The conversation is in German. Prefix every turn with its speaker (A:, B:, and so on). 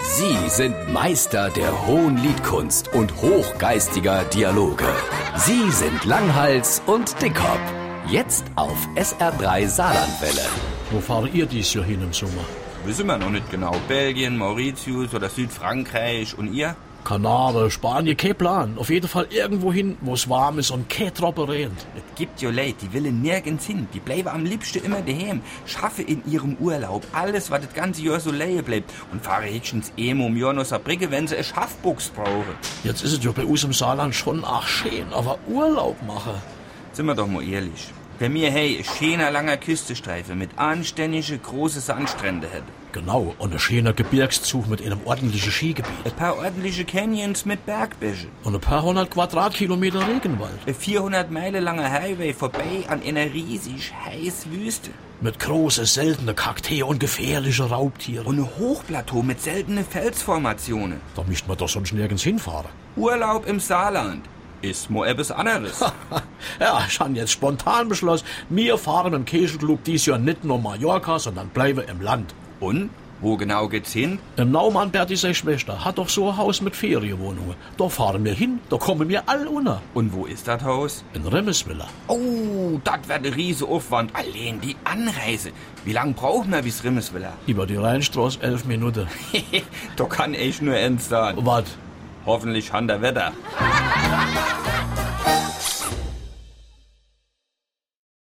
A: Sie sind Meister der hohen Liedkunst und hochgeistiger Dialoge. Sie sind Langhals und Dickhop. Jetzt auf SR3 Saarlandwelle.
B: Wo fahrt ihr dies Jahr hin im Sommer?
C: Wissen wir noch nicht genau. Belgien, Mauritius oder Südfrankreich und ihr?
B: Kanaren, Spanien, kein Plan. Auf jeden Fall irgendwo hin, wo es warm ist und kein Tropfen rennt.
C: Es gibt ja Leute, die willen nirgends hin. Die bleiben am liebsten immer daheim. Schaffe in ihrem Urlaub alles, was das ganze Jahr so leer bleibt. Und fahre höchstens eben um Jahr nach Saarbrücken, wenn sie eine Schaffbuchs brauchen.
B: Jetzt ist es ja bei uns im Saarland schon ach schön, aber Urlaub machen.
C: Sind wir doch mal ehrlich. Bei mir, hey, ein schöner langer Küstestreifen mit anständige große Sandstrände hätte.
B: Genau, und ein schöner Gebirgszug mit einem ordentlichen Skigebiet.
C: Ein paar ordentliche Canyons mit Bergbäche.
B: Und ein paar hundert Quadratkilometer Regenwald.
C: Ein 400 Meilen langer Highway vorbei an einer riesig heiß Wüste.
B: Mit große, seltene Kakteen und gefährliche Raubtiere.
C: Und ein Hochplateau mit seltenen Felsformationen.
B: da müsste man doch sonst nirgends hinfahren.
C: Urlaub im Saarland. Ist mo etwas anderes.
B: ja, ich habe jetzt spontan beschlossen, wir fahren im Kegelclub dies Jahr nicht nur Mallorca, sondern bleiben im Land.
C: Und? Wo genau geht's hin?
B: Im Naumann Berti seine Schwester hat doch so ein Haus mit Ferienwohnungen. Da fahren wir hin, da kommen wir all unter.
C: Und wo ist das Haus?
B: In Remmeswiller.
C: Oh, das wird ein riese Aufwand. Allein die Anreise. Wie lang braucht man bis Rimmeswiller?
B: Über die Rheinstraße elf Minuten.
C: da kann ich nur ernst sein.
B: Was?
C: Hoffentlich han der Wetter.